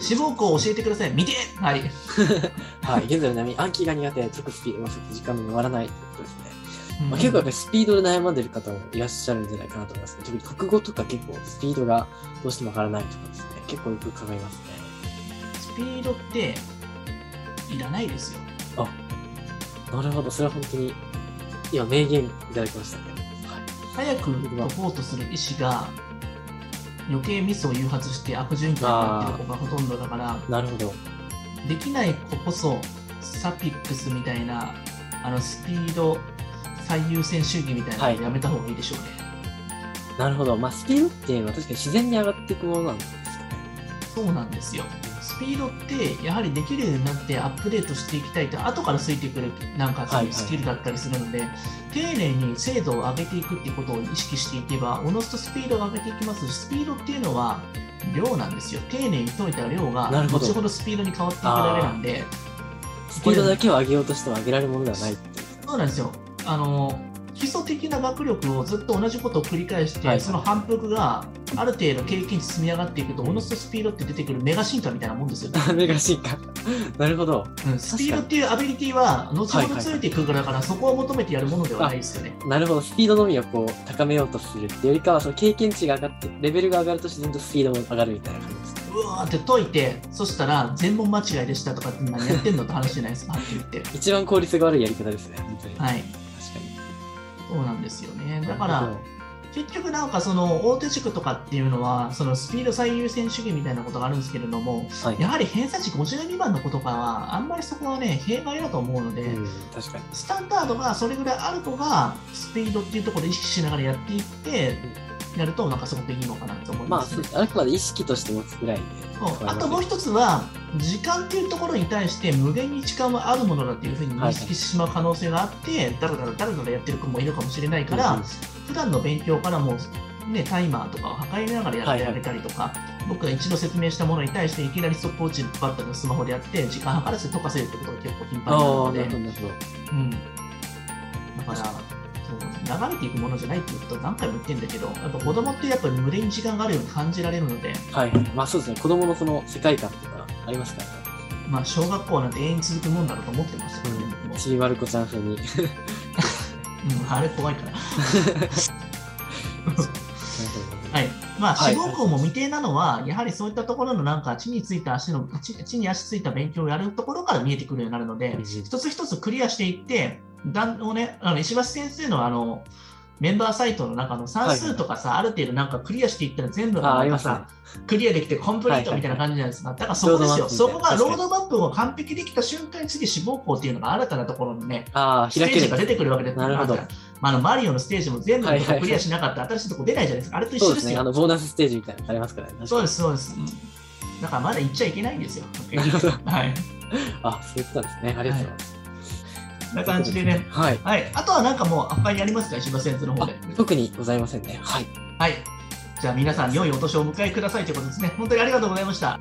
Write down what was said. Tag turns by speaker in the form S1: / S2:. S1: 志望校教えてください。見てはい。
S2: はい、現在の波、暗記が苦手、解くスピードが遅く、時間が回らないということですね。
S1: うん
S2: まあ、結構やっぱりスピードで悩まんでる方もいらっしゃるんじゃないかなと思いますね。特に国語とか結構スピードがどうしても上がらないとかですね。結構よく考えますね。
S1: スピードっていらないですよ。
S2: なるほど、それは本当に、今名言いただきましたね。はい。
S1: 早く解こうとする意思が余計ミスを誘発して悪循環になってる子がほとんどだから、
S2: なるほど。
S1: できない子こそサピックスみたいなあのスピード最優先主義みたいな
S2: はい
S1: のやめた方がいいでしょうね。
S2: なるほど。まあ、スピードっていうのは確かに自然に上がっていくものなんですよね。
S1: そうなんですよ。スピードってやはりできるようになってアップデートしていきたいと後からついてくるなんかそう
S2: はい
S1: いう
S2: はい
S1: スキルだったりするので、丁寧に精度を上げていくってことを意識していけばおのずとスピードを上げていきますしスピードっていうのは量なんですよ丁寧に解いた量が
S2: なるほど
S1: 後ほどスピードに変わっていくだけなんで
S2: スピードだけを上げようとしても上げられるものではない っていう。
S1: そうなんですよあの基礎的な学力をずっと同じことを繰り返して、
S2: はいはい
S1: その反復がある程度経験値積み上がっていくとおのずとスピードって出てくるメガ進化みたいなもんです よね。
S2: メガ進化。なるほど。
S1: うんスピードっていうアビリティは後
S2: はい
S1: ほど
S2: はいはい
S1: ついてくるから、そこを求めてやるものではないですよね。
S2: なるほど。スピードのみをこう、高めようとするっていうよりかは、その経験値が上がって、レベルが上がると自然とスピードも上がるみたいな感じですね。
S1: うわーって解いて、そしたら全問間違いでしたとかって何やってんのって話じゃないですか、はっきり言って。
S2: 一番効率が悪いやり方ですね。本当に。
S1: はい、
S2: 確かに。
S1: そうなんですよね。だか
S2: な
S1: ら
S2: るほど、
S1: 結局なんかその大手塾とかっていうのは、そのスピード最優先主義みたいなことがあるんですけれども、
S2: はい。
S1: やはり偏差値50未満の子とかは、あんまりそこはね、弊害だと思うので、
S2: うん、確かに。
S1: スタンダードがそれぐらいある子が、スピードっていうところで意識しながらやっていって、やるとなんかすごくいいのかなと思い
S2: まあ、
S1: ます、
S2: そう
S1: ね
S2: ですあくまで意識として持つぐらいで。
S1: うんあともう一つは時間っていうところに対して無限に時間はあるものだっていうふうに認識してしまう可能性があってだらだらだらだらやってる子もいるかもしれないから、
S2: うん
S1: 普段の勉強からも、ね、タイマーとかを測りながらやってあげたりとか、僕が一度説明したものに対していきなりストップウォッチバッタのスマホでやって時間計らせて溶かせるってことが結構頻繁にある
S2: あ
S1: の
S2: あ、な
S1: で
S2: るほど、なるほど。
S1: うん、だからそう流れていくものじゃないっていうことを何回も言ってるんだけどやっぱ子供ってやっぱ無限に時間があるように感じられるので。
S2: はいはい。まあそうですね。子供のその世界観っていうのはありますからね。
S1: まあ、小学校なんて永遠に続くもんだろうと思ってますよ、ね
S2: うん。ちびまる子ちゃん風に。
S1: うんあれ怖いから。
S2: い。
S1: はい。まあ、
S2: はい
S1: 志望校も未定なのは、やはりそういったところのなんか、地についた足の、地地に足ついた勉強をやるところから見えてくるようになるので、一つ一つクリアしていって、だんをね、あの石橋先生のあの、メンバーサイトの中の算数とかさ、ある程度なんかクリアしていったら全部
S2: ああ、
S1: な
S2: あ
S1: ん
S2: り
S1: か
S2: ますね
S1: さ、。クリアできてコンプリートみたいな感じじゃないですか。だからそこですよ。
S2: ロードマップみたいな
S1: そこがロ
S2: 確かに
S1: ードマップを完璧できた瞬間に次志望校っていうのが新たなところのね、
S2: ああ、
S1: ステ
S2: 開
S1: ー
S2: け
S1: ジ
S2: る
S1: が。出てくるわけです
S2: なるほど
S1: まあ、あのマリオのステージも全部
S2: はいはいはい
S1: クリアしなかったら新しいとこ出ないじゃないですか。あれと一
S2: そう
S1: 緒
S2: で
S1: ですす
S2: ね。あ
S1: よ。
S2: の、ボーナスステージみたいなのありますからね。
S1: そうです、そうです。うんだからまだ行っちゃいけないん ですよ。
S2: なるほど。
S1: はい。
S2: あ、そういうことなんですね。ありがとうございます。
S1: こんな感じでね。
S2: はい。
S1: はい。あとはなんかもう、他にありますか石破先生の方
S2: あ
S1: で。
S2: 特にございませんね。はい。
S1: はい。じゃあ皆さん、良いお年をお迎えくださいということですね。本当にありがとうございました。